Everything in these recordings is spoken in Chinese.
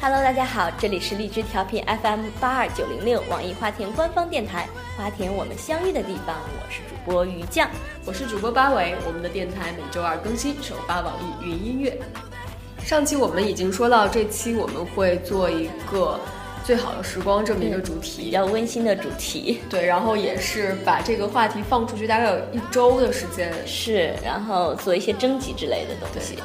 Hello，大家好，这里是荔枝调频 FM 八二九零六，网易花田官方电台，花田我们相遇的地方，我是主播于酱。我是主播八尾，我们的电台每周二更新，首发网易云音乐。上期我们已经说到，这期我们会做一个最好的时光这么一个主比题，较温馨的主题 对，然后也是把这个话题放出去，大概有一周的时间，是，然后做一些征集之类的东对西。，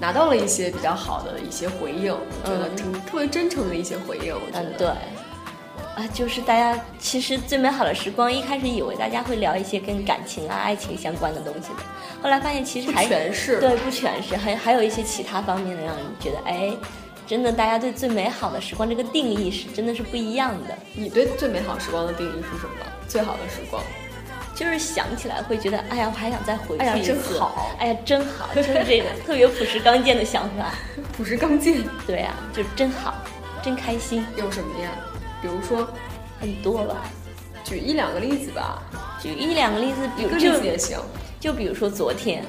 拿到了一些比较好的一些回应，我觉得挺特别真诚的一些回应，我觉嗯，对。得。啊，就是大家其实最美好的时光，一开始以为大家会聊一些跟感情啊、爱情相关的东西的，后来发现其实不还全是对，不全是，还还有一些其他方面的，让你觉得哎，真的大家对最美好的时光这个定义是真的是不一样的，你对最美好时光的定义是什么？最好的时光，就是想起来会觉得哎呀，我还想再回哎呀去一次，真好哎呀，真好，就是 这个特别朴实刚健的想法，朴实刚健对呀、就真好，真开心，有什么呀？比如说，很多吧。举一两个例子吧，举一两个例子，比一如个就例子也行。就比如说昨天，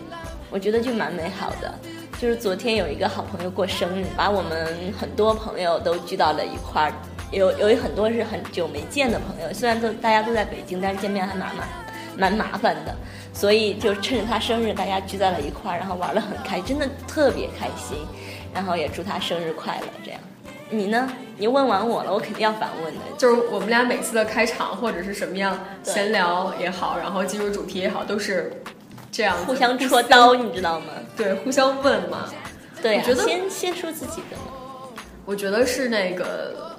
我觉得就蛮美好的。就是昨天有一个好朋友过生日，把我们很多朋友都聚到了一块儿，有有很多是很久没见的朋友，虽然都大家都在北京，但是见面还蛮麻蛮麻烦的，所以就趁着他生日，大家聚在了一块儿，然后玩得很开，真的特别开心，然后也祝他生日快乐。这样，你呢？你问完我了，我肯定要反问的。就是我们俩每次的开场或者是什么样对闲聊也好，然后进入主题也好，都是这样子互相戳刀，你知道吗？对，互相问嘛。对、啊，我觉得先先说自己的嘛，我觉得是那个，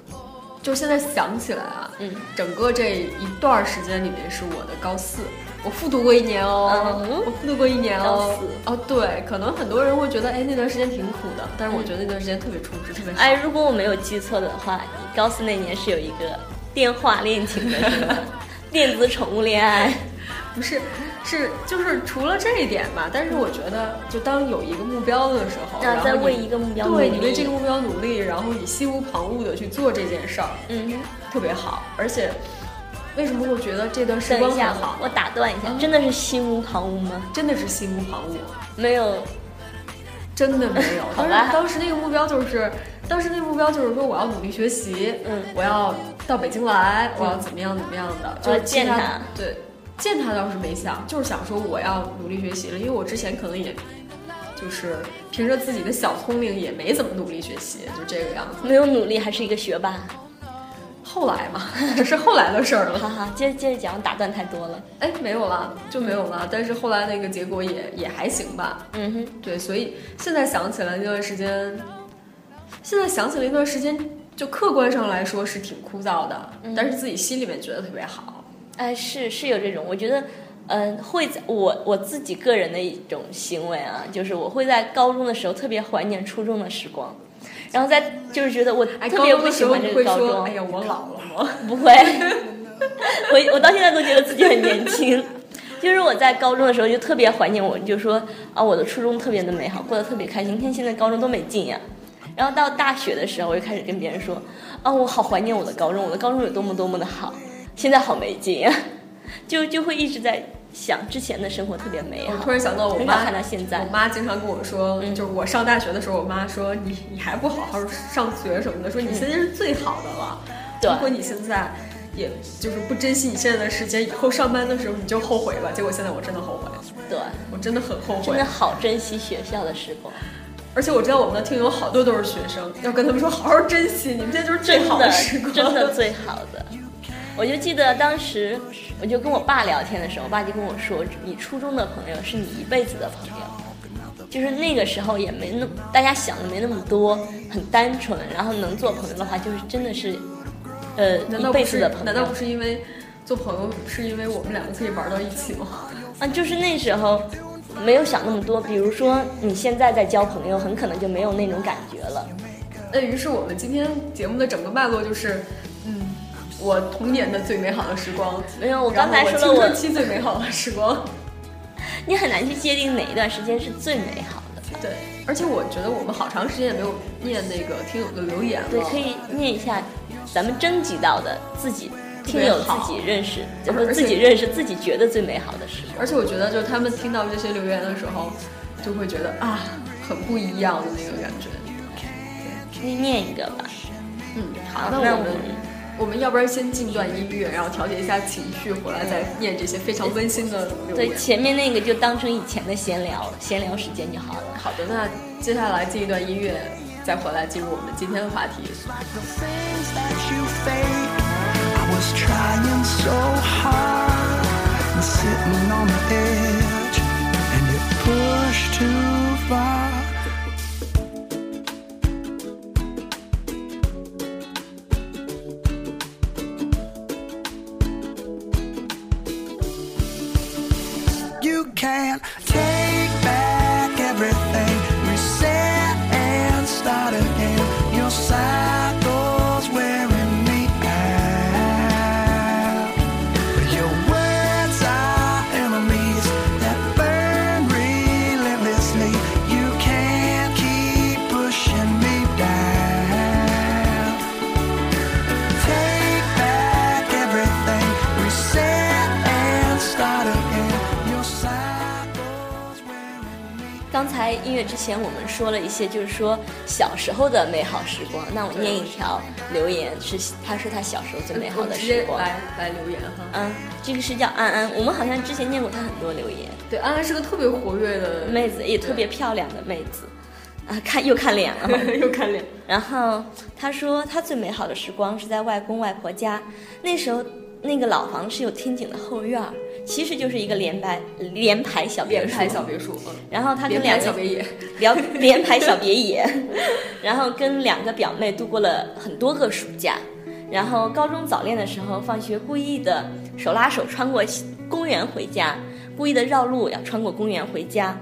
就现在想起来啊，嗯，整个这一段儿时间里面是我的高四，我复读过一年哦，嗯我复读过一年哦高四。哦，对，可能很多人会觉得，哎，那段时间挺苦的，但是我觉得那段时间特别充实，特别好。哎，如果我没有记错的话，你高四那年是有一个电话恋情的，是吗？电子宠物恋爱，不是，是就是除了这一点吧，但是我觉得，就当有一个目标的时候，那然后啊再你为一个目标对努你为这力个目标努力，然后你心无旁骛的去做这件事儿，嗯哼。特别好。而且，为什么会觉得这段时等光一很下好，？我打断一下，真的是心无旁骛吗？真的是心无旁骛，没有，真的没有。 好当时吧当时那个目标就是，当时那个目标就是说我要努力学习，嗯我要到北京来，我要嗯怎么样怎么样的，我就要是其见他对。见他倒是没想，就是想说我要努力学习了，因为我之前可能也，就是凭着自己的小聪明也没怎么努力学习，就这个样子。没有努力，还是一个学霸。后来嘛， 这是后来的事儿了。好好，接着接着讲，我打断太多了。哎，没有啦，就没有啦。但是后来那个结果也也还行吧。嗯哼，对，所以现在想起来那段时间，现在想起来那段时间，就客观上来说是挺枯燥的，嗯但是自己心里面觉得特别好。哎，是是有这种，我觉得，嗯、会在我我自己个人的一种行为啊，就是我会在高中的时候特别怀念初中的时光，然后在就是觉得我哎，特高别中不的喜时候欢你这会个高说：“中哎。呀，我老了吗不会， 我我到现在都觉得自己很年轻。 就是我在高中的时候就特别怀念我，就说啊，我的初中特别的美好，过得特别开心。你看现在高中多没劲呀。然后到大学的时候，我就开始跟别人说啊，我好怀念我的高中，我的高中有多么多么的好，现在好没劲呀。 就就会一直在想之前的生活特别？”美我好突。然想到我很妈少看到现在嗯我妈经常跟我说，就是我上大学的时候，我妈说：“你你还不好好上学什么的，说你现在是最好的了。嗯对如果你现在也就是不珍惜你现在的时间，以后上班的时候你就后悔吧。结果现在我真的后悔，对，我真的很后真悔的。好珍惜学校的时光。而且我知道我们的听友好多都是学生，要跟他们说好好珍惜，你们现在就是最真好的时光。真 的最好的。我就记得当时，我就跟我爸聊天的时候，我爸就跟我说：“你初中的朋友是你一辈子的朋友。”就是那个时候也没那么，大家想的没那么多，很单纯，然后能做朋友的话，就是真的是，呃，难一道不辈子的是朋友。难道不是因为做朋友是因为我们两个可以玩到一起吗？啊，就是那时候没有想那么多。比如说你现在在交朋友，很可能就没有那种感觉了。那于是我们今天节目的整个脉络就是，嗯，我童年的最美好的时光。没有，我我刚才说了我我，青春期最美好的时光。你很难去界定哪一段时间是最美好的。对，而且我觉得我们好长时间也没有念那个听友的留言了。对，可。以念一下咱们征集到的自己听友自己认识，特别好然后而且自己认识自己觉得最美好的时光。而且我觉得，就是他们听到这些留言的时候，就会觉得啊，很不一样的那个感觉。念念一个吧。嗯，好好，，那那我们我们要不然先进段音乐，然后调节一下情绪，回来再念这些非常温馨的留对言。前面那个就当成以前的闲聊，闲聊时间就好了。好的，那接下来进一段音乐，再回来进入我们今天的话题。 like the things that you fake. I was trying so hard and sitting on the edge, and you pushed too far. You can't take back everything. Reset and start again. Your cycle's wearing me out. Your words are enemies that burn relentlessly. You can't keep pushing me down. Take back everything. Reset and start again. Your cycle's wearing me 刚才音乐之前我们说了一些，就是说小时候的美好时光。那我念一条留言，是他说他小时候最美好呃我们的直时接光。来来留言哈。嗯，这个是叫安安，我们好像之前念过她很多留言，对，安安是个特别活跃的妹子也特别漂亮的妹子，啊，看又看脸了。 又看脸。然后她说她最美好的时光是在外公外婆家，那时候那个老房是有天井的后院儿，其实就是一个连排连排小别连墅排。小别墅，嗯，然后她连跟两排个小别野，聊连排小别野， 然后跟两个表妹度过了很多个暑假。然后高中早恋的时候，放学故意的手拉手穿过公园回家，故意的绕路要穿过公园回家。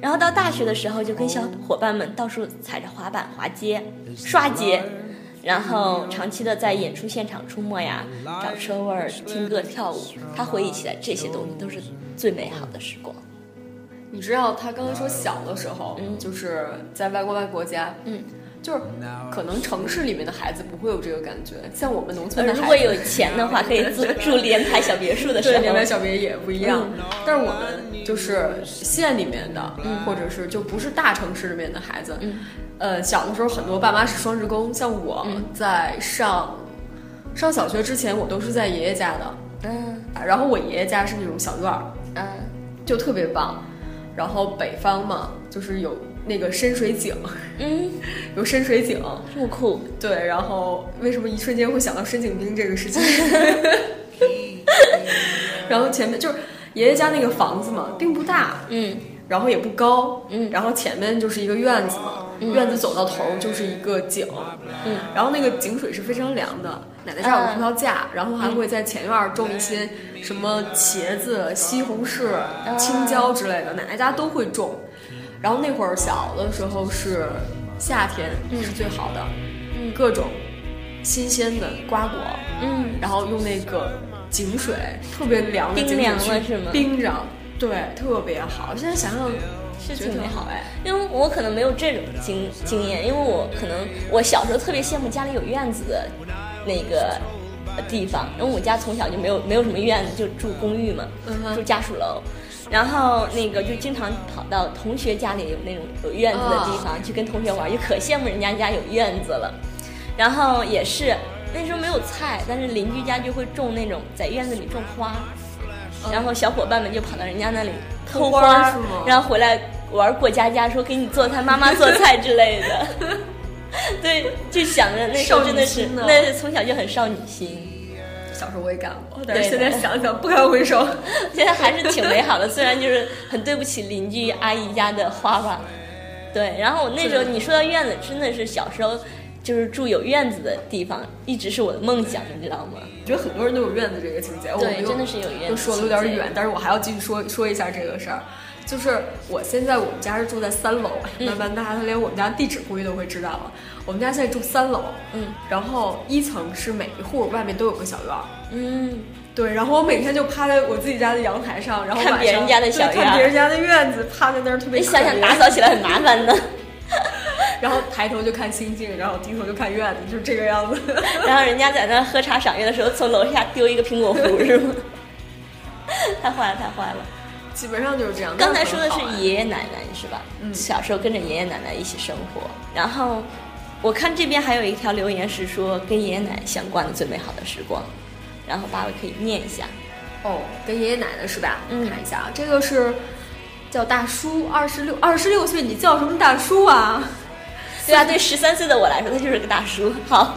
然后到大学的时候，就跟小伙伴们到处踩着滑板滑街、刷街，然后长期的在演出现场出没呀，找车位儿、听歌、跳舞。他回忆起来，这些东西都是最美好的时光。你知道他刚才说小的时候，就是在外公外婆家，嗯，就是可能城市里面的孩子不会有这个感觉，像我们农村的孩呃子，如果有钱的话，可以 住住连排小别墅的时对候，嗯连排小别野不一样，但是我们就是县里面的，或者是就不是大城市里面的孩嗯子，呃，小的时候很多爸妈是双职工，像我嗯在上、上小学之前，我都是在爷爷家的，嗯然后我爷爷家是那种小院儿，嗯就特别棒。然后北方嘛，就是有那个深水井，嗯， 有深水井，这么酷，对。然后为什么一瞬间会想到深井兵这个 事情？然后前面就是爷爷家那个房子嘛，并不大，嗯然后也不高，嗯哦然后前面就是一个院子嘛，院子走到头就是一个井，嗯，然后那个井水是非常凉的。奶奶家有葡萄架，然后还嗯会在前院儿种一些什么茄子、西红柿、嗯青椒之类的，奶奶家都会种。然后那会儿小的时候是夏天是最好的，嗯各种新鲜的瓜果，嗯，然后用那个井水，特别凉的冰井水凉去了是吗冰凉，对，特别好。现在想想是觉得挺挺美好好的。哎。因为我可能没有这种经经验，因为我可能我小时候特别羡慕家里有院子的那个呃地方，因为我家从小就没有没有什么院子，就住公寓嘛，嗯哼住家属楼。然后那个就经常跑到同学家里有那种有院子的哦地方、去跟同学玩，就可羡慕人家家有院子了。然后也是那时候没有菜，但是邻居家就会种那种在院子里种花，然后小伙伴们就跑到人家那里偷偷花花儿是吗然后回来玩过家家，说给你做菜，妈妈做菜之类 的。对，就想着那时候真的少女是，心呢那是从小就很少女心，小时候我也干过，但是对现的在想想不堪回首。现在还是挺美好的，虽然就是很对不起邻居阿姨家的花吧。对，然后我那时候是你说到院子，真的是小时候就是住有院子的地方，一直是我的梦想，你知道吗？我 觉得很多人都有院子这个情节，我们又真的是有院子又说的情有点节远，但是我还要继续说说一下这个事儿。就是我现在我们家是住在三楼，慢慢大家连我们家地址估计都会知道了。我们家现在住三楼，嗯，然后一层是每一户外面都有个小院儿，嗯，对，然后我每天就趴在我自己家的阳台上，然后看晚别人上家的小对院看儿别人家的院子，趴在那儿特别你哎想想可怜打扫起来很麻烦的。 然后抬头就看星星，然后低头就看院子，就是这个样子。 然后人家在那儿喝茶赏月的时候，从楼下丢一个苹果核，是 吗？太坏了，太坏了！ 基本上就是这样。刚才说的那很好是啊爷爷奶奶是吧？嗯小时候跟着爷爷奶奶一起生活，然后我看这边还有一条留言是说跟爷爷奶奶相关的最美好的时光，然后八位可以念一下。哦，跟爷爷奶奶是吧？嗯看一下啊，这个是叫大叔，二十六，二十六岁，你叫什么大叔啊？ 对啊，对十三岁的我来说，他就是个大叔。好，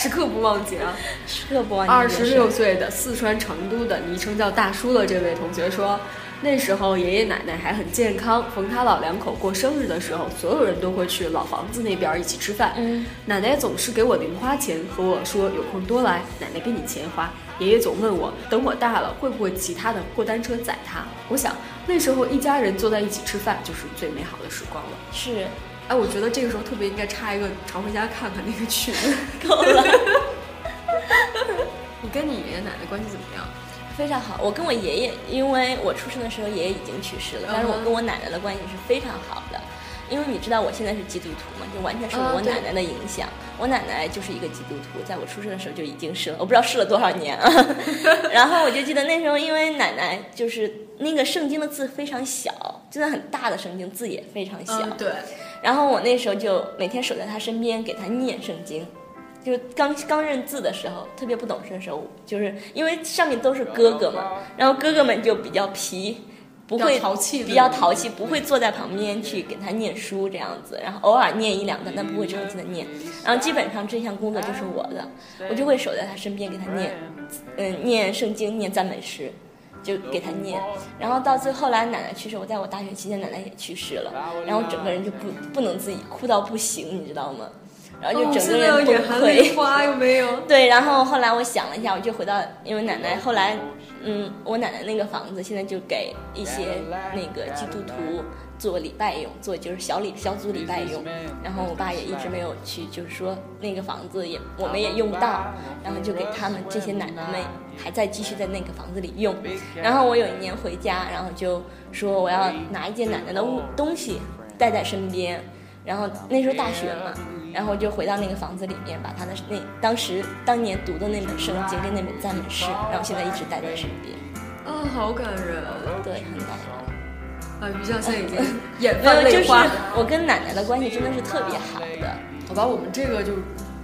时刻不忘记啊。时刻不忘你二这十件事六岁的四川成都的昵称叫大叔的这位同学说，那时候爷爷奶奶还很健康，逢他老两口过生日的时候，所有人都会去老房子那边儿一起吃饭。嗯，奶奶总是给我零花钱，和我说有空多来，奶奶给你钱花。爷爷总问我，等我大了会不会骑他的过单车载他？我想那时候一家人坐在一起吃饭就是最美好的时光了。是哎，我觉得这个时候特别应该插一个《常回家看看》那个曲 子。够了， 你跟你爷爷奶奶关系怎么样？非常好。我跟我爷爷，因为我出生的时候爷爷已经去世了，但嗯是我跟我奶奶的关系是非常好的。因为你知道我现在是基督徒嘛，就完全受啊我对奶奶的影响。我奶奶就是一个基督徒，在我出生的时候就已经是了，我不知道是了多少年 啊。然后我就记得那时候，因为奶奶就是那个圣经的字非常小，真的很大的圣经字也非常小。嗯，对。然后我那时候就每天守在他身边，给他念圣经。就是刚刚认字的时候，特别不懂事的时候，就是因为上面都是哥哥们，然后哥哥们就比较皮，不会比较淘气比较淘气，不会坐在旁边去给他念书这样子，然后偶尔念一两段，但不会长期的念。然后基本上这项工作就是我的，我就会守在他身边给他念，嗯，念圣经，念赞美诗。就给他念，然后到最后来奶奶去世，我在我大学期间奶奶也去世了，然后整个人就不不能自己哭到不行，你知道吗？哦然后就整个人崩眼含溃泪。花，有没有？对，然后后来我想了一下，我就回到，因为奶奶后来，嗯，我奶奶那个房子现在就给一些那个基督徒做礼拜用，做就是小礼小组礼拜用。然后我爸也一直没有去，就是说那个房子也我们也用不到，然后就给他们这些奶奶们还在继续在那个房子里用。然后我有一年回家，然后就说我要拿一件奶奶的物东西带在身边，然后那时候大学嘛，然后就回到那个房子里面，把他的那当时当年读的那本圣经跟那本赞美诗，然后现在一直带在身边，啊，好感人对，很感人。啊！于酱现在已经眼嗯没有泛，就泪是花。我跟奶奶的关系真的是特别好的，好吧，我们这个就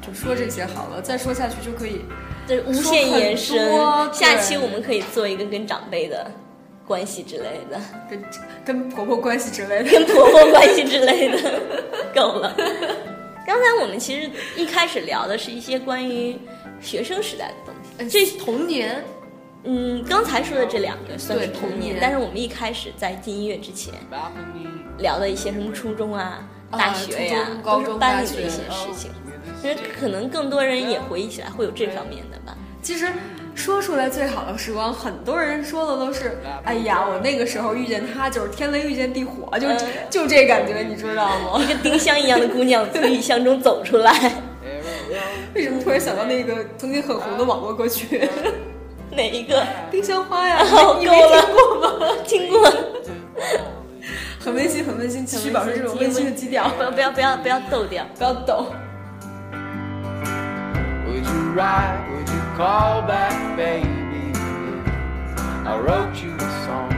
就说这些好了，再说下去就可以。对，无限延说很伸。多下对期我们可以做一个跟长辈的关系之类的，跟跟婆婆关系之类 的，跟婆婆关系之类的，够 了。刚才我们其实一开始聊的是一些关于学生时代的东西，这童年嗯，刚才说的这两个算是对童童年年，但是我们一开始在进音乐之前聊的一些什么初中啊、啊大学呀、初中都高是中班里的大学哦一些事情。其实可能更多人也回忆起来会有这方面的吧。其实说出来最好的时光，很多人说的都是，哎呀，我那个时候遇见他就是天雷遇见地火，就、嗯就这感觉，你知道吗 一？个丁香一样的姑娘从雨巷中走出来，为什么突然想到那个曾经很红的网络歌曲 哪一个？ 《丁香花》呀？哦， 你够没听过吗？了， 听过。很温馨，很温馨，继续保持这种温馨的基调，不要不要不要不要逗掉。 不要抖。 Would you write? Would you call back, baby? I wrote you a song.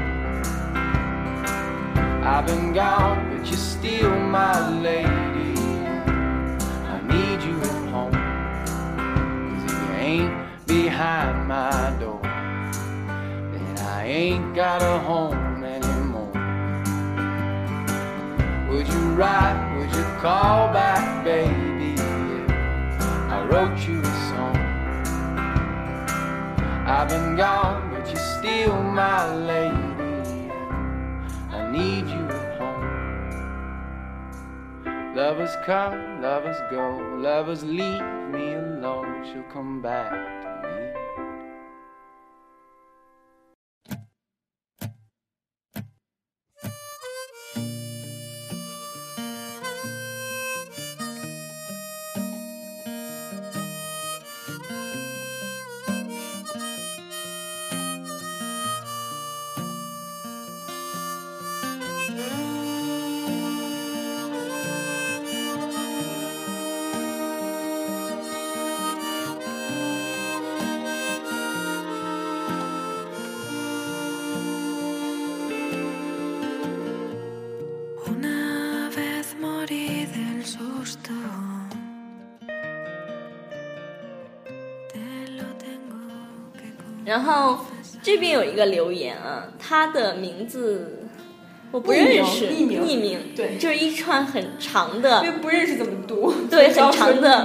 I've been gone, but you're still my lady. I need you at home. Cause if you ain't behind my door, then I ain't got a home anymore. Would you write? Would you call back, baby? I wrote you a song. I've been gone, but you're still my lady. I need you at home. Lovers come, lovers go, lovers leave me alone. She'll come back to me. 然后这边有一个留言啊，他的名字我不认识，匿名匿名匿名对就是一串很长的因为不认识怎么读， 对所以很长的要说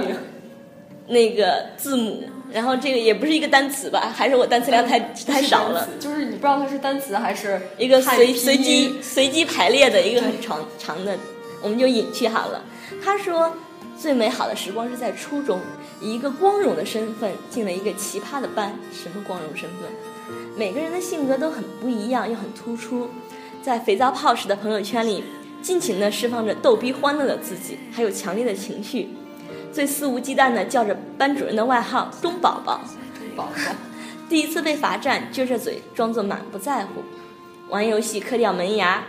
你那个字母，然后这个也不是一个单词吧？还是我单词量太嗯太少了？，就是你不知道它是单词还是一个汉随拼随音机随机排列的一个很长长的，我们就隐去好了。他说，最美好的时光是在初中，以一个光荣的身份进了一个奇葩的班。什么光荣身份？每个人的性格都很不一样，又很突出，在肥皂泡式的朋友圈里，尽情地释放着逗逼欢乐的自己，还有强烈的情绪，最肆无忌惮地叫着班主任的外号“东宝宝”。宝宝， 第一次被罚站，撅着嘴，装作满不在乎；玩游戏磕掉门牙；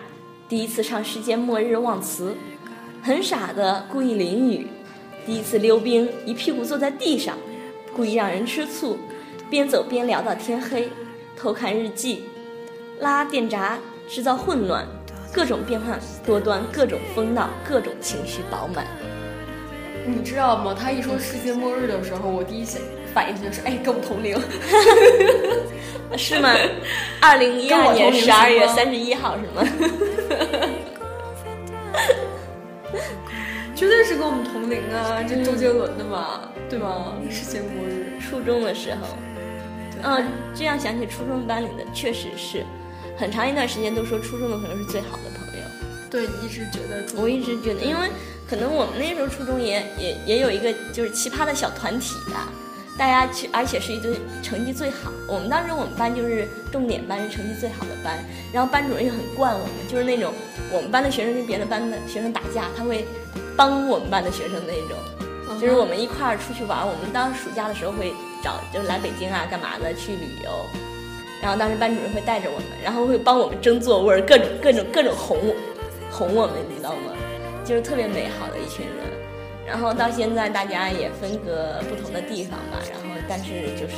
第一次唱世界末日忘词，很傻的故意淋雨；第一次溜冰，一屁股坐在地上，故意让人吃醋；边走边聊到天黑，偷看日记，拉电闸，制造混乱，各种变幻多端，各种疯闹，各种情绪饱满。你知道吗？他一说世界末日的时候，我第一想反应就是，哎，跟我同龄，是 吗？二零一跟我二同年龄十二月是吗三十一号是吗？绝对是跟我们同龄啊，这周杰伦的嘛，对吗？世界末日，初中的时候，嗯，这样想起初中班里的，确实是，很长一段时间都说初中的朋友是最好的朋友。对你一直觉得我一直觉得，因为可能我们那时候初中也也也有一个就是奇葩的小团体吧，大家去，而且是一堆成绩最好。我们当时我们班就是重点班，是成绩最好的班。然后班主任又很惯我们，就是那种我们班的学生跟别的班的学生打架，他会帮我们班的学生那种。嗯就是我们一块儿出去玩儿，我们当时暑假的时候会找，就是来北京啊，干嘛的去旅游。然后当时班主任会带着我们，然后会帮我们争座位儿，各种各种各种哄我哄我们，你知道吗？就是特别美好的一群人。然后到现在大家也分隔不同的地方吧，然后但是就是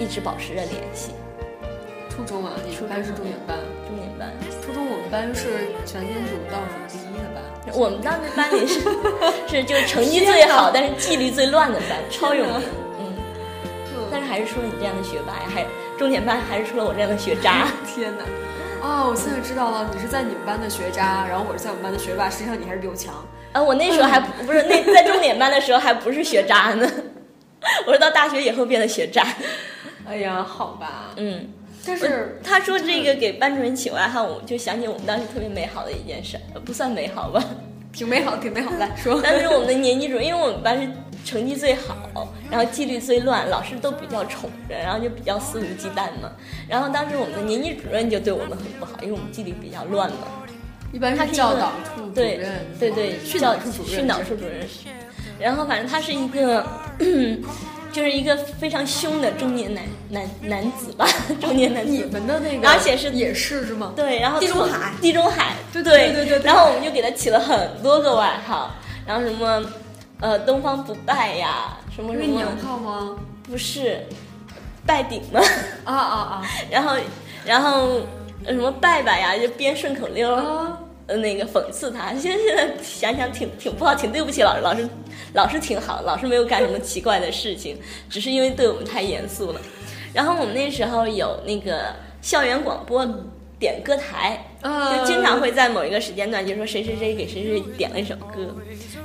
一直保持着联系。初中啊，你们班是重点班，重点班，初中我们班是全天组倒数第一的班，我们当时班里 是是就是成绩最好，但是纪律最乱的班，超有天哪名。嗯。但嗯是还是说你这样的学霸呀，还重点班还是出了我这样的学渣。 天哪！哦，我现在知道了，你是在你们班的学渣，然后我是在我们班的学霸，实际上你还是比我强。啊，我那时候嗯还不不是那在重点班的时候还不是学渣呢，我是到大学以后变得学渣。哎呀，好吧，嗯，但是他说这个给班主任起外号，我就想起我们当时特别美好的一件事，呃不算美好吧， 挺美好，挺美好的。来说，当时我们的年级主任，因为我们班是成绩最好，然后纪律最乱，老师都比较宠着，然后就比较肆无忌惮嘛。然后当时我们的年级主任就对我们很不好，因为我们纪律比较乱嘛。一般他是是一教个导处主对任，对对，训教导处主任，训导处主任。然后反正他是一个， 就是一个非常凶的中年男男男子吧，中年男子。你们的那个，而且是也是是吗？对，然后地中从海地中海，对对对对对对然后我们就给他起了很多个外号，然后什么，呃，东方不败呀，什么因什为么，娘炮吗？不是，拜顶嘛，啊啊啊！ 然后，然后呃什么拜拜呀，就编顺口溜，啊呃，那个讽刺他。 现在现在想想挺挺不好，挺对不起老师，老师老师挺好，老师没有干什么奇怪的事情，只是因为对我们太严肃了。然后我们那时候有那个校园广播点歌台，啊就经常会在某一个时间段就说谁谁谁给谁谁点了一首歌，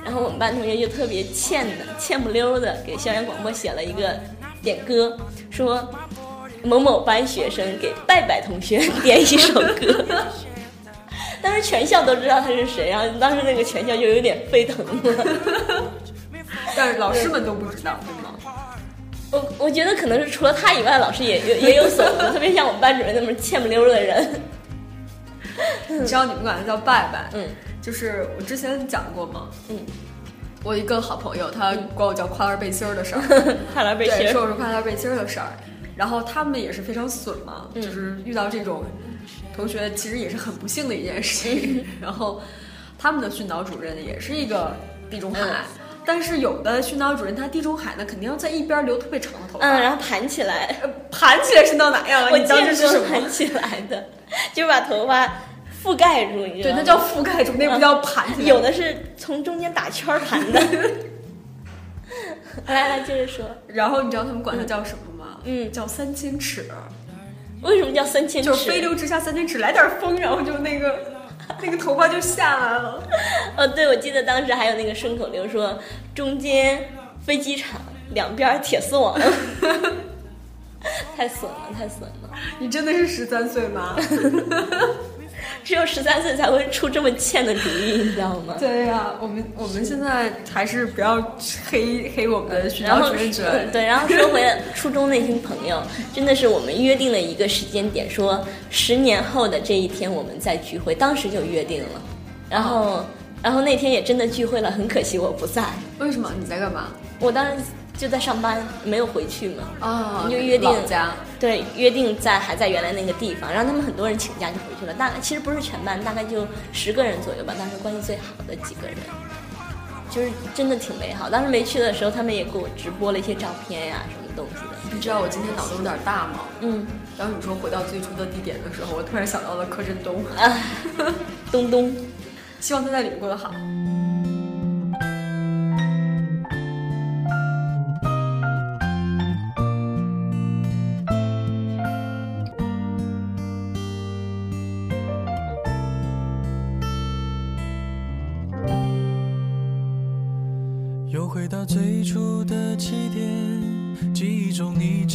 然后我们班同学就特别欠的欠不溜的给校园广播写了一个点歌，说某某班学生给拜拜同学点一首歌。当时全校都知道他是谁，然后当时那个全校就有点沸腾了。但是老师们都不知道，对吗？ 我我觉得可能是除了他以外，老师也 也也有所闻，特别像我们班主任那么欠不溜儿的人。你知道你们管他叫拜拜，嗯，就是我之前讲过嘛，嗯，我一个好朋友，他管我叫夸拉背心儿的事儿，快来 被对，学说我是夸拉背心儿的事儿。然后他们也是非常损嘛，嗯就是遇到这种同学，其实也是很不幸的一件事情。嗯 然后他们的训导主任也是一个地中海，嗯但是有的训导主任他地中海呢，肯定要在一边留特别长的头发，嗯，然后盘起来。呃盘起来是到哪样啊？我你知道这见是过什么？盘起来的， 就是把头发覆盖住，你知对，道吗？那叫覆盖住，那不叫盘起来。嗯有的是从中间打圈儿 盘的。来来，接着说，然后你知道他们管它叫什么吗？嗯，叫三千尺，为什么叫三千尺？就是飞流直下三千尺，来点风，然后就那个 那个头发就下来了。哦，对，我记得当时还有那个顺口溜说，中间飞机场，两边铁丝网， 太损了，太损了！你真的是十三岁 吗？只有十三岁才会出这么欠的主意，你知道吗？对呀、我们我们现在还是不要黑黑我们的学然校后主任之类嗯的。对，然后说回来初中那群朋友，真的是我们约定了一个时间点，说十年后的这一天我们再聚会，当时就约定了。然后，然后那天也真的聚会了，很可惜我不在，为什么你在干嘛？我当时就在上班，没有回去嘛。啊你就约定老家对，约定在还在原来那个地方，然后他们很多人请假就回去了，大概其实不是全班，大概就十个人左右吧，当时关系最好的几个人，就是真的挺美好。当时没去的时候，他们也给我直播了一些照片呀、什么东西的。你知道我今天脑洞有点大吗？嗯， 当你说回到最初的地点的时候，我突然想到了柯震东，啊，东东，希望他在里面过得好。又回到最初的起点，记忆中你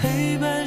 黑板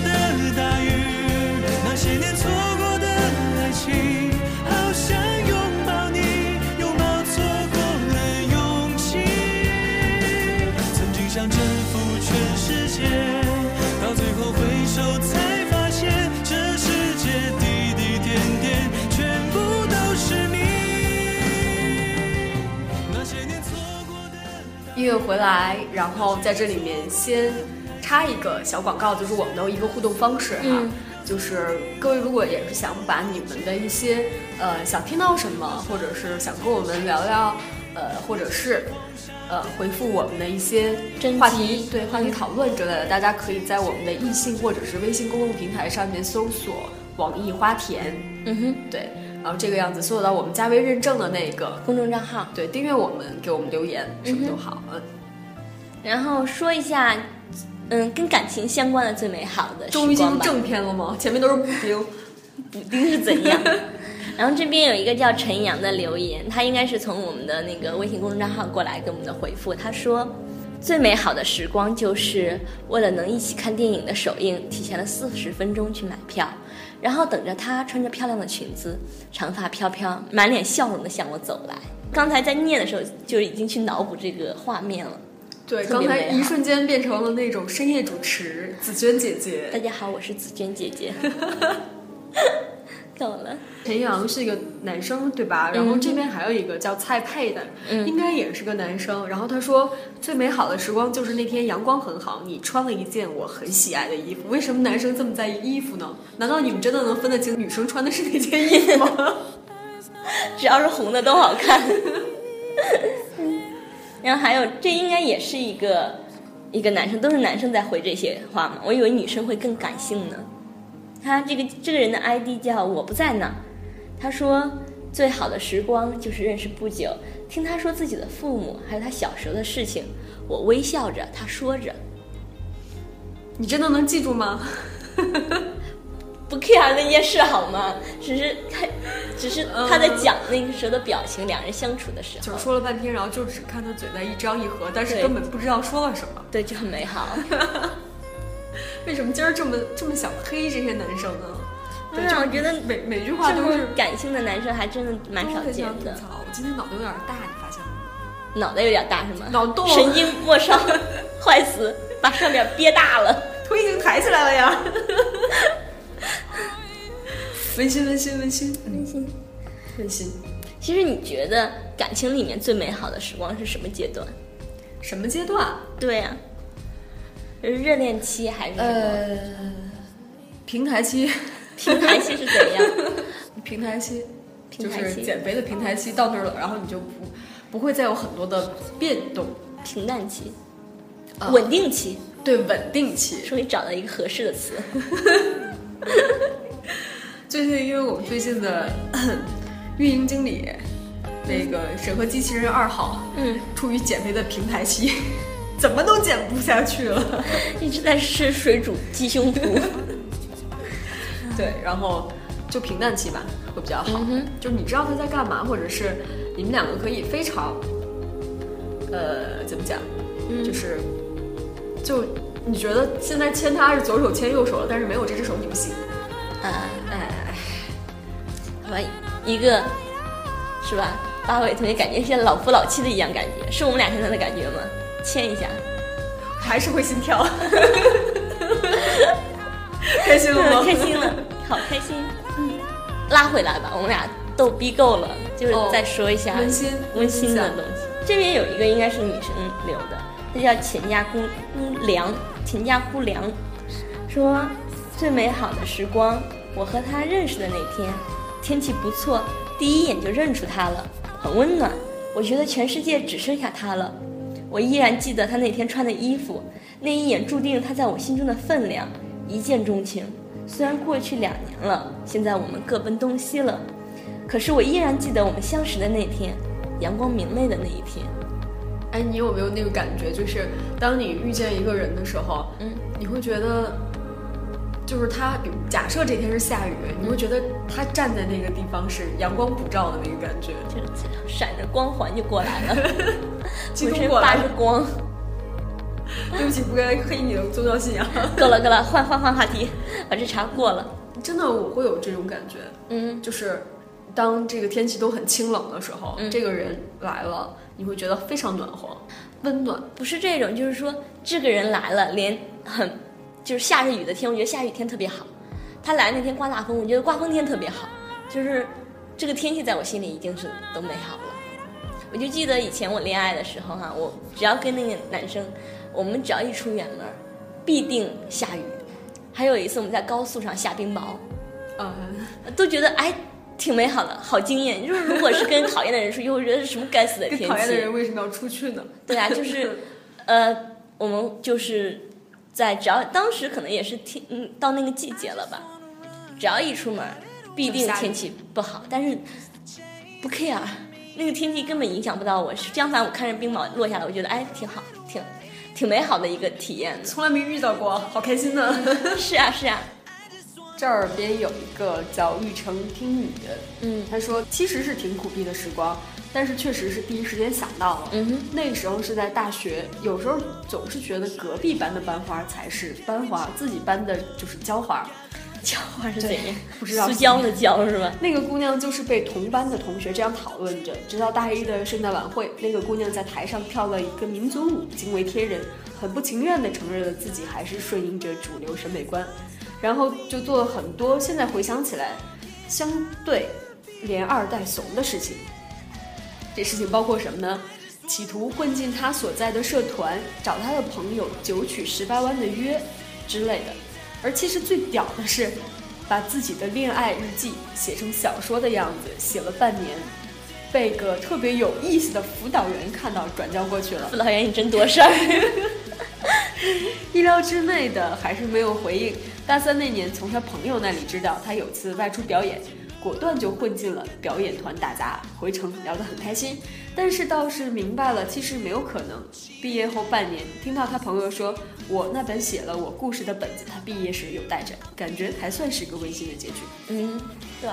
的大雨，那些年错过的爱情，好想拥抱你，拥抱错过了勇气。曾经想征服全世界，到最后回首才发现，这世界滴滴点点全部都是你。那些年错过的。音乐回来，然后在这里面先插一个小广告，就是我们的一个互动方式哈。嗯就是各位如果也是想把你们的一些呃想听到什么，或者是想跟我们聊聊，呃，或者是呃回复我们的一些征话集题，对话题讨论之类的，大家可以在我们的易信或者是微信公众平台上面搜索“网易花田嗯哼，”，对，然后这个样子搜索到我们加微认证的那个，公众账号。对，订阅我们，给我们留言，什么都好，嗯。然后说一下，嗯，跟感情相关的最美好的终于时进光入吧。正片了吗？前面都是 补丁。补丁是怎样？ 然后这边有一个叫陈阳的留言，他应该是从我们的那个微信公众账号过来给我们的回复。他说，最美好的时光就是为了能一起看电影的首映，提前了四十分钟去买票，然后等着他穿着漂亮的裙子，长发飘飘，满脸笑容的向我走来。刚才在念的时候就已经去脑补这个画面了。对，特刚别才美好一瞬间变成了那种深夜主持紫娟姐大姐。家好，我是紫娟姐 姐。够了，陈阳是一个男生，对吧？然后这边还有一个叫蔡佩的，应该也是个男生。然后他说，最美好的时光就是那天阳光很好，你穿了一件我很喜爱的衣服。为什么男生这么在意衣服呢？难道你们真的能分得清女生穿的是哪件衣服吗？ 只要是红的都好看。 然后还有，这应该也是一个一个男生，都是男生在回这些话嘛。我以为女生会更感性呢。他这个这个人的 ID 叫我不在那儿，他说最好的时光就是认识不久，听他说自己的父母还有他小时候的事情，我微笑着，他说着，你真的能记住吗？不 care 那件事好吗？只是他，只是他在讲那个时候的表情，两人相处的时嗯就候是，说了半天，然后就只看他嘴在一张一合，但是对根本不知道说了什么。对，就很美好。为什么今儿这么这么想黑这些男生呢？对啊就我觉得每每句话这都么是感性的男生还真的蛮少都是在见想吐的，槽。我今天脑袋有点大，你发现 了吗？脑袋有点大是吗？脑洞神经末 梢，坏死，把上面憋大了。头已经抬起来了呀。温馨，温馨，温馨，温馨，温馨。其实你觉得感情里面最美好的时光是什么阶段？什么阶段？对呀、就是热恋期还是什么？呃，平台期， 平台期是怎样？平台期，平台就期是减肥的平台期到那儿了，然后你就不不会再有很多的变动，平淡期、啊稳定期，对稳定期。终于找到一个合适的词。最近因为我们最近的 运营经理，那个《审核机器人二号》，啊嗯，处于减肥的平台期， 怎么都减不下去了。 一直在吃水煮鸡胸脯。对，然后就平淡期吧，会比较好。嗯哼就是你知道他在干嘛，或者是你们两个可以非常，呃，怎么讲，就是就你觉得现在牵他是左手牵右手了，但是没有这只手你不行。啊，哎，好吧，一个是吧？八尾同学感觉现在老夫老妻的一样感觉，是我们俩现在的感觉吗？牵一下，还是会心 跳。开心了吗？开心 了，好开心。嗯，拉回来吧，我们俩逗逼够了，就是哦再说一下温馨温馨温的馨东西。这边有一个应该是女生留的，她叫钱家姑姑良，钱家姑良说最美好的时光，我和他认识的那天，天气不错，第一眼就认出他了，很温暖。我觉得全世界只剩下他了。我依然记得他那天穿的衣服，那一眼注定他在我心中的分量，一见钟情。虽然过去两年了，现在我们各奔东西了，可是我依然记得我们相识的那天，阳光明媚的那一天。哎，你有没有那个感觉？就是当你遇见一个人的时候，嗯，你会觉得，就是他，比如假设这天是下雨，你会觉得他站在那个地方是阳光普照的那个感觉。就是闪着光环就过来 了，激浑动身过发来 着光。对不起，不该黑你的宗教信仰。够了够了，换换换话题，把这茬过了。真的，我会有这种感觉，嗯，就是当这个天气都很清冷的时候，嗯这个人来了，你会觉得非常暖和，温暖。不是这种，就是说这个人来了，连很就是下着雨的天，我觉得下雨天特别好。他来那天刮大风，我觉得刮风天特别好，就是这个天气在我心里已经是都美好了。我就记得以前我恋爱的时候哈、我只要跟那个男生，我们只要一出远门，必定下雨。还有一次我们在高速上下冰雹，嗯，都觉得哎挺美好的，好惊艳。就是如果是跟讨厌的人 出去，我觉得是什么该死的天气，跟讨厌的人为什么要出去呢？对 啊，就是，呃，我们就是在只要当时可能也是天，嗯，到那个季节了吧，只要一出门，必定天气不好，但是不 care，那个天气根本影响不到我。相反，我看着冰雹落下来，我觉得哎挺好，挺挺美好的一个体验从来没遇到过，好开心呢。 是啊，是啊， 这儿边有一个叫玉成听雨，嗯他说其实是挺苦逼的时光，但是确实是第一时间想到了。嗯哼，那时候是在大学，有时候总是觉得隔壁班的班花才是班花，自己班的就是浇花。浇花是怎样？不知道塑胶的胶是吧？那个姑娘就是被同班的同学这样讨论着，直到大一的圣诞晚会，那个姑娘在台上跳了一个民族舞，惊为天人，很不情愿地承认了自己还是顺应着主流审美观，然后就做了很多现在回想起来相对连二代怂的事情。这事情包括什么呢？企图混进他所在的社团，找他的朋友九曲十八弯的约之类的。而其实最屌的是，把自己的恋爱日记写成小说的样子，写了半年，被个特别有意思的辅导员看到，转交过去了。辅导员，你真多事儿。 意料之内的还是没有回应。大三那年，从他朋友那里知道他有次外出表演，果断就混进了表演团打杂，回城聊得很开心。但是倒是明白了，其实没有可能。毕业后半年，听到他朋友说我那本写了我故事的本子，他毕业时有带着，感觉还算是个温馨的结局。嗯，对，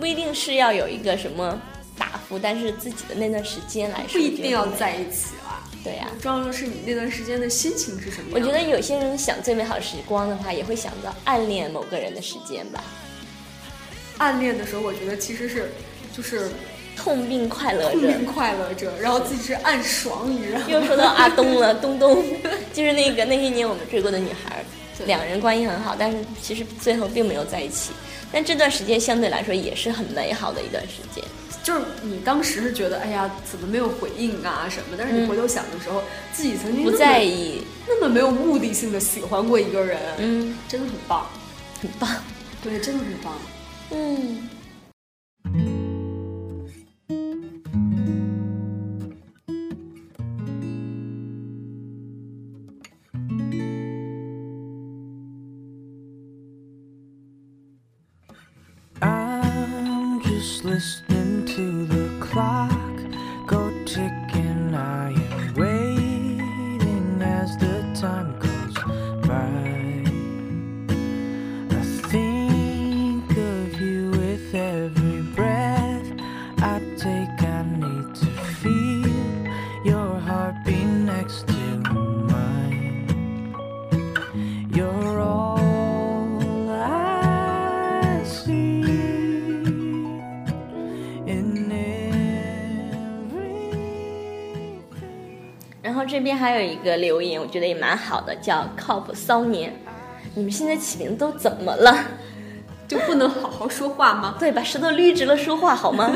不一定是要有一个什么大幅，但是自己的那段时间来说，不一定要在一起啊。对呀、重要的是你那段时间的心情是什么样的。我觉得有些人想最美好时光的话，也会想到暗恋某个人的时间吧，暗恋的时候，我觉得其实是就是痛并快乐 痛着。并快乐着，然后自己是暗爽，你知道吗？又说到阿东了，东东就是那个那些年我们追过的女孩，两人关系很好，但是其实最后并没有在一起。但这段时间相对来说也是很美好的一段时间。 就是你当时是觉得哎呀怎么没有回应啊什么，但是你回头想的时候，自己曾经嗯不那么在意，那么没有目的性的喜欢过一个人，嗯，真的很棒，很棒， 对，真的很棒。嗯。 I'm just listening to the clock go ticking. I am waiting as the time goes by. I think of you with every breath I take. I need to feel your heartbeat next to mine. You're all I see in everything. 然后这边还有一个留言，我觉得也蛮好的，叫靠谱骚年。你们现在起名都怎么了？就不能好好说话吗？对，把舌头捋直了说话好吗？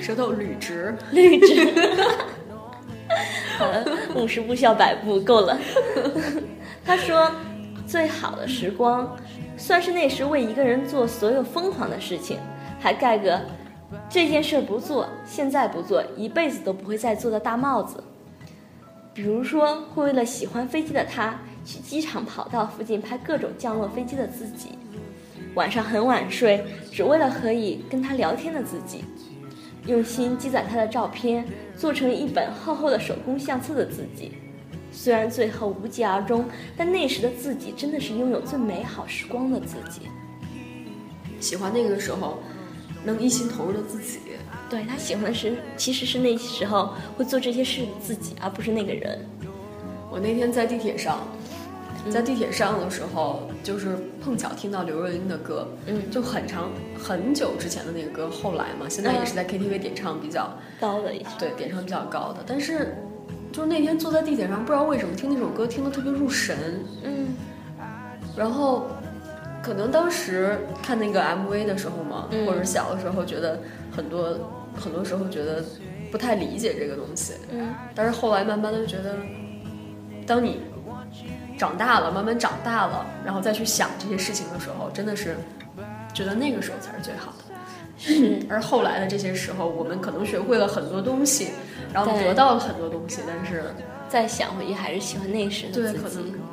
舌头捋直，捋直。 好了，五十步笑百步，够了。 他说，最好的时光，算是那时为一个人做所有疯狂的事情，还盖个这件事不做，现在不做，一辈子都不会再做的大帽子。比如说，会为了喜欢飞机的他，去机场跑道附近拍各种降落飞机的自己；晚上很晚睡，只为了可以跟他聊天的自己；用心积攒他的照片，做成一本厚厚的手工相册的自己。虽然最后无疾而终，但那时的自己真的是拥有最美好时光的自己。喜欢那个的时候，能一心投入的自己。对他喜欢的是，其实是那时候会做这些事的自己，而不是那个人。我那天在地铁上，嗯在地铁上的时候，就是碰巧听到刘若英的歌，嗯就很长很久之前的那个歌，后来嘛，现在也是在 KTV 点唱比较，高的一些，对，点唱比较高的。但是，就是那天坐在地铁上，不知道为什么听那首歌听得特别入神，嗯然后可能当时看那个 MV 的时候嘛，嗯或者小的时候觉得很多很多时候觉得不太理解这个东西，嗯，但是后来慢慢的觉得，当你长大了，慢慢长大了，然后再去想这些事情的时候，真的是觉得那个时候才是最好的。是 而后来的这些时候，我们可能学会了很多东西，然后对得到了很多东西，但是再想回去还是喜欢那时的对，自可己能。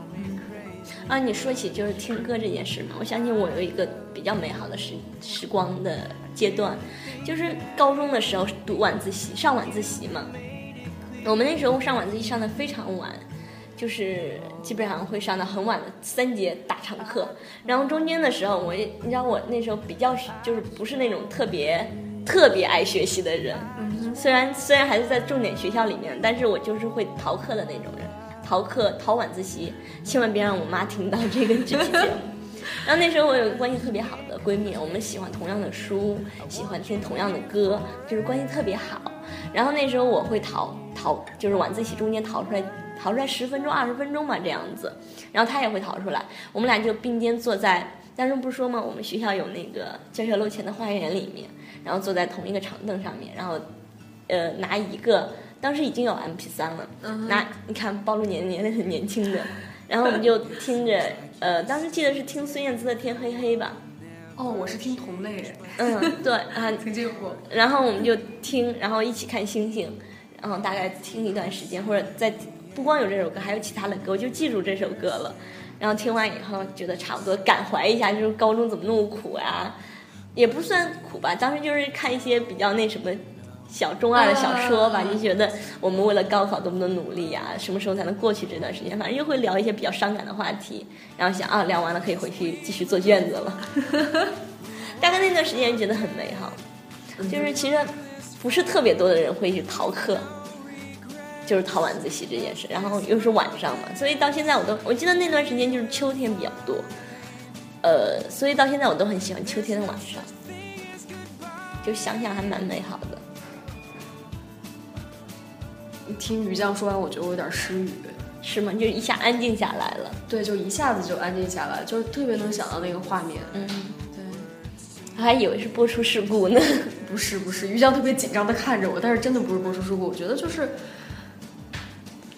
啊，你说起就是听歌这件事嘛，我想起我有一个比较美好的时时光的阶段，就是高中的时候读晚自习，上晚自习嘛。我们那时候上晚自习上的非常晚，就是基本上会上到很晚的三节大长课，然后中间的时候我也，你知道我那时候比较是就是不是那种特别特别爱学习的人，虽然虽然还是在重点学校里面，但是我就是会逃课的那种人，逃课逃晚自习，千万别让我妈听到这个这期节目。然后那时候我有个关系特别好的闺蜜，我们喜欢同样的书，喜欢听同样的歌，就是关系特别好。然后那时候我会逃逃，就是晚自习中间逃出来，逃出来十分钟、二十分钟吧这样子。然后她也会逃出来，我们俩就并肩坐在。当时不是说嘛，我们学校有那个教学楼前的花园里面，然后坐在同一个长凳上面，然后呃拿一个，当时已经有 MP 三了，拿你看暴露年龄年龄很年轻的，然后我们就听着，呃，当时记得是听孙燕姿的《天黑黑》吧，哦，我是听同类人，嗯，对啊，曾经有过。然后我们就听，然后一起看星星，然后大概听一段时间，或者在不光有这首歌，还有其他的歌，我就记住这首歌了。然后听完以后觉得差不多，感怀一下，就是高中怎么那么苦啊，也不算苦吧，当时就是看一些比较那什么小中二的小说吧，就觉得我们为了高考多么的努力呀、什么时候才能过去这段时间，反正又会聊一些比较伤感的话题，然后想啊，聊完了可以回去继续做卷子了。 大概那段时间觉得很美好，就是其实不是特别多的人会去逃课，就是逃晚自习这件事，然后又是晚上嘛，所以到现在我都我记得那段时间就是秋天比较多，呃，所以到现在我都很喜欢秋天的晚上，就想想还蛮美好的。你听于酱说完，我觉得我有点失语。是吗？就一下安静下来了。对，就一下子就安静下来，就是特别能想到那个画面。嗯，对，我还以为是播出事故呢。不是不是，于酱特别紧张的看着我，但是真的不是播出事故，我觉得就是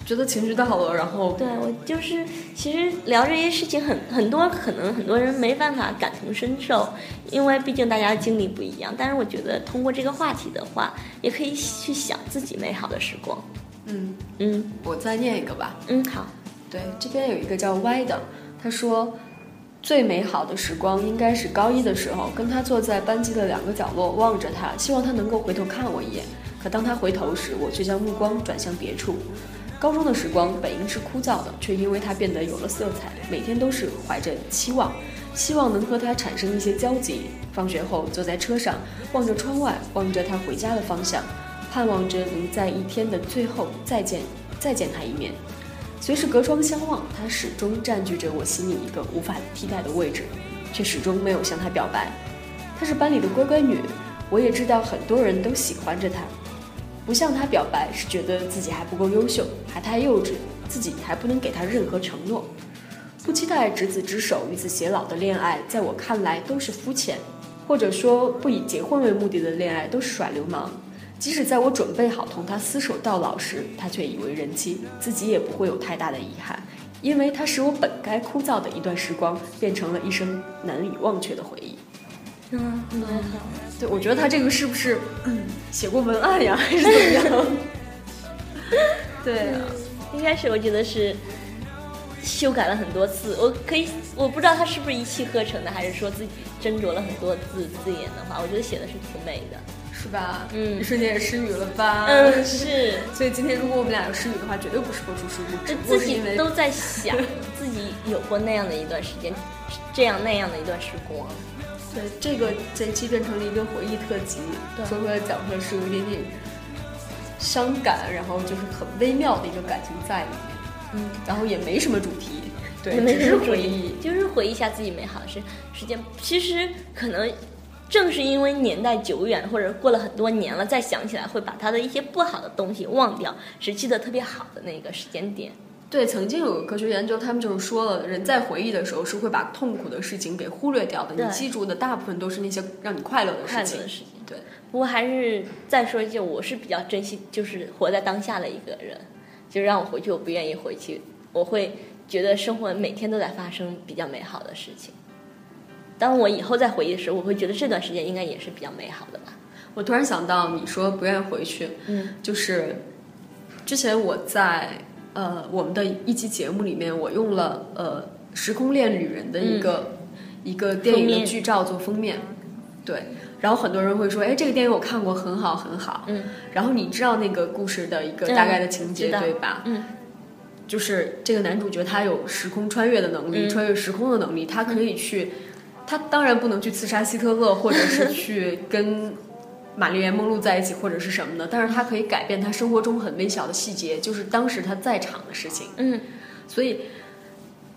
觉得情绪到了，然后对我就是，其实聊这些事情很很多，可能很多人没办法感同身受，因为毕竟大家的经历不一样。但是我觉得通过这个话题的话，也可以去想自己美好的时光。嗯，嗯我再念一个吧。嗯，好，对，这边有一个叫歪的，他说最美好的时光应该是高一的时候，跟他坐在班级的两个角落，望着他，希望他能够回头看我一眼。可当他回头时，我却将目光转向别处。高中的时光本应是枯燥的，却因为他变得有了色彩，每天都是怀着期望，希望能和他产生一些交集。放学后坐在车上，望着窗外，望着他回家的方向，盼望着能在一天的最后再见再见他一面。虽是隔窗相望，他始终占据着我心里一个无法替代的位置，却始终没有向他表白。她是班里的乖乖女，我也知道很多人都喜欢着她。不向她表白是觉得自己还不够优秀，还太幼稚，自己还不能给她任何承诺。不期待执子之手与子偕老的恋爱，在我看来都是肤浅，或者说不以结婚为目的的恋爱都是耍流氓。即使在我准备好同他厮守到老时，他却已为人妻，自己也不会有太大的遗憾，因为他使我本该枯燥的一段时光变成了一生难以忘却的回忆。嗯，蛮好。对，我觉得他这个是不是、嗯、写过文案呀，还是怎么样？ 对啊，一开始我觉得是修改了很多次，我可以我不知道他是不是一气呵成的，还是说自己斟酌了很多字字眼的话，我觉得写的是挺美的。是吧？嗯一瞬间也失语了吧？嗯，是，所以今天如果我们俩有失语的话，绝对不是播出失误，只就不过自是己因为都在想自己有过那样的一段时间，这样那样的一段时光。对，这个这一期变成了一个回忆特辑，对说出来讲出来是有一点点伤感，然后就是很微妙的一个感情在里面，嗯，然后也没什么主题，对也，没只什是么主回意忆，，就是回忆一下自己美好的时时间。其实可能正是因为年代久远，或者过了很多年了，再想起来会把它的一些不好的东西忘掉，只记得特别好的那个时间点。对，曾经有个科学研究，他们就是说了，人在回忆的时候是会把痛苦的事情给忽略掉的，对你记住的大部分都是那些让你快乐的快乐事情的。事情。对，不过还是再说一句，我是比较珍惜，就是活在当下的一个人。就让我回去，我不愿意回去，我会觉得生活每天都在发生比较美好的事情。当我以后再回忆的时候，我会觉得这段时间应该也是比较美好的吧。我突然想到，你说不愿意回去，嗯就是之前我在呃我们的一期节目里面，我用了呃《时空恋旅人》的一个、一个电嗯影封的面嗯剧照做封面，对。然后很多人会说，哎，这个电影我看过，很好，很好。嗯。然后你知道那个故事的一个大概的情嗯节、知道对吧？嗯，就是这个男主角他有时空穿越的能力，嗯穿越时空的能力，他可以去，他当然不能去刺杀希特勒，或者 是去跟玛丽莲梦露在一起，或者是什么的，但是他可以改变他生活中很微小的细节，就是当时他在场的事情，嗯，所以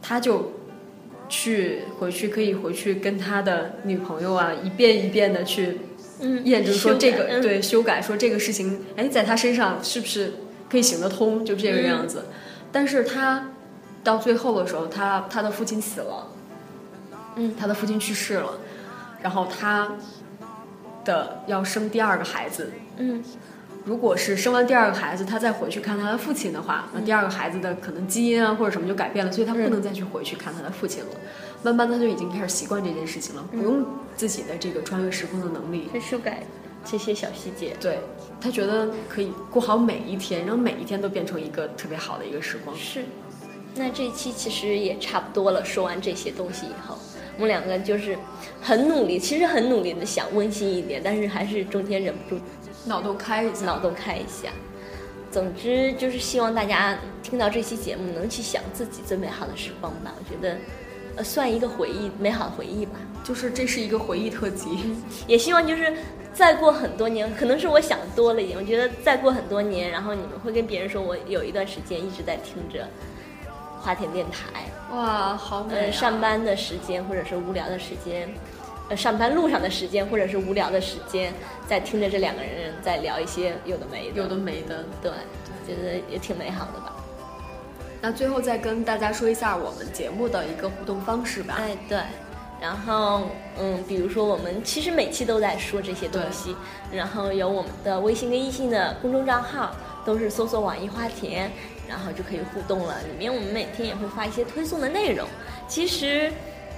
他就去回去可以回去跟他的女朋友啊，一遍一遍的去嗯验证说这个、修改嗯对修改说这个事情，哎，在他身上是不是可以行得通，就这个样子。嗯但是他到最后的时候，他他的父亲死了，嗯他的父亲去世了，然后他的要生第二个孩子。嗯如果是生完第二个孩子，他再回去看他的父亲的话，那第二个孩子的可能基因啊或者什么就改变了，所以他不能再去回去看他的父亲了。慢慢他就已经开始习惯这件事情了，不用自己的这个穿越时空的能力，去修改这些小细节。对他觉得可以过好每一天，让每一天都变成一个特别好的一个时光。是，那这一期其实也差不多了。说完这些东西以后，我们两个就是很努力，其实很努力的想温馨一点，但是还是中间忍不住脑洞开一下，脑洞开一下。总之就是希望大家听到这期节目能去想自己最美好的时光吧，我觉得，呃，算一个回忆，美好回忆吧。就是这是一个回忆特辑，也希望就是再过很多年，可能是我想多了一点，我觉得再过很多年，然后你们会跟别人说我有一段时间一直在听着花田电台， 哇，好美、呃，啊！上班的时间或者是无聊的时间，呃，上班路上的时间或者是无聊的时间，在听着这两个人在聊一些有的没的，有的没的。对，觉得也挺美好的吧。那最后再跟大家说一下我们节目的一个互动方式吧。哎，对。然后，嗯，比如说我们其实每期都在说这些东西，然后有我们的微信跟微信的公众账号，都是搜索“网易花田”，然后就可以互动了。里面我们每天也会发一些推送的内容。其实，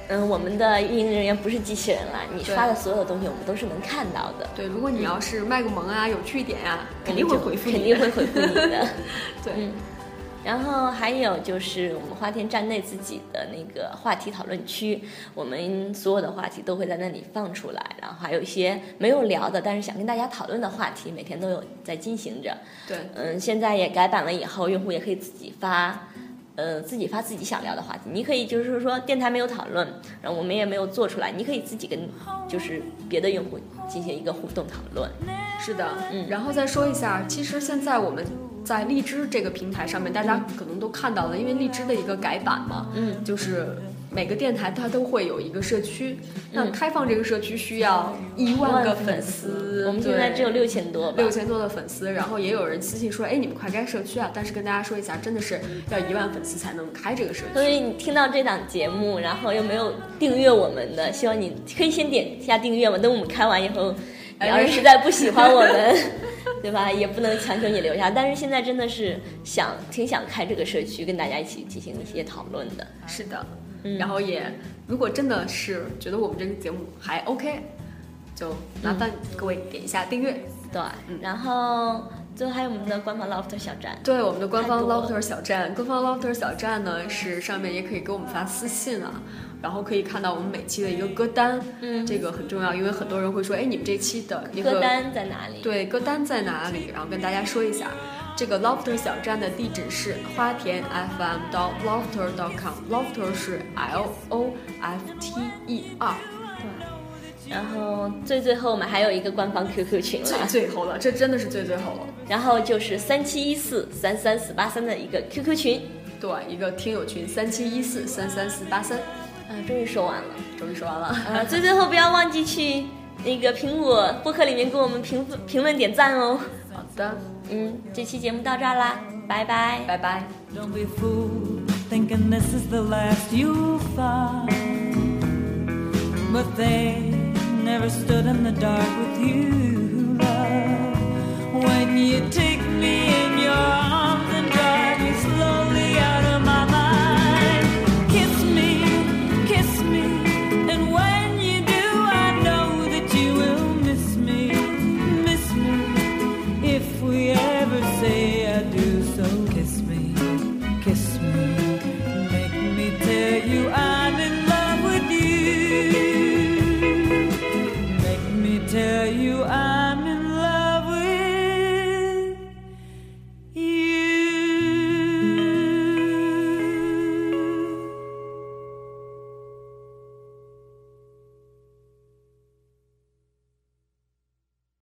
嗯，我们的运营人员不是机器人啦，你对发的所有的东西我们都是能看到的，对，如果你要是卖个萌啊、有趣一点啊，肯定我会们就回复你肯的定会回复你的。对、嗯，然后还有就是我们花田站内自己的那个话题讨论区，我们所有的话题都会在那里放出来，然后还有一些没有聊的，但是想跟大家讨论的话题，每天都有在进行着。 对，嗯，现在也改版了，以后用户也可以自己发。呃，自己发自己想聊的话题，你可以就是说电台没有讨论，然后我们也没有做出来，你可以自己跟就是别的用户进行一个互动讨论。是的，嗯然后再说一下，其实现在我们在荔枝这个平台上面，大家可能都看到了，因为荔枝的一个改版嘛，嗯，就是每个电台它都会有一个社区，那嗯开放这个社区需要一万个粉丝，我们现在对只有六千多吧，六千多的粉丝，然后也有人私信说，哎，你们快开社区啊！但是跟大家说一下，真的是要一万粉丝才能开这个社所区。以你听到这档节目，然后又没有订阅我们的，希望你可以先点一下订阅嘛。等我们开完以后，你哎要是实在不喜欢我 们，对吧？也不能强求你留下。但是现在真的是想挺想开这个社区，跟大家一起进行一些讨论的。是的，嗯然后也如果真的是觉得我们这个节目还 OK，就麻烦嗯各位点一下订阅。对，然后最后还有我们的官方 Loft 小站，嗯对我们的官方太多了 Lofter 小站，官方 Lofter 小站呢是上面也可以给我们发私信啊，然后可以看到我们每期的一个歌单，嗯这个很重要，因为很多人会说，哎，你们这期的一个歌单在哪里？，对，歌单在哪里？然后跟大家说一下，这个 Lofter 小站的地址是花田 FM 到 lofter com，lofter 是 L O F T E R。然后最最后我们还有一个官方 QQ 群最了，最后了，这真的是最最后了。然后就是三七一四三三四八三的一个 QQ 群。对，一个听友群三七一四三三四八三，啊，终于说完了。终于说完了。啊，最最后不要忘记去那个苹果播客里面给我们评分、评论、点赞哦。好的，嗯，这期节目到这儿啦，拜拜。拜拜。 Don't be fooled thinking this is the last you'll find. But they never stood in the dark with you, love. When you did.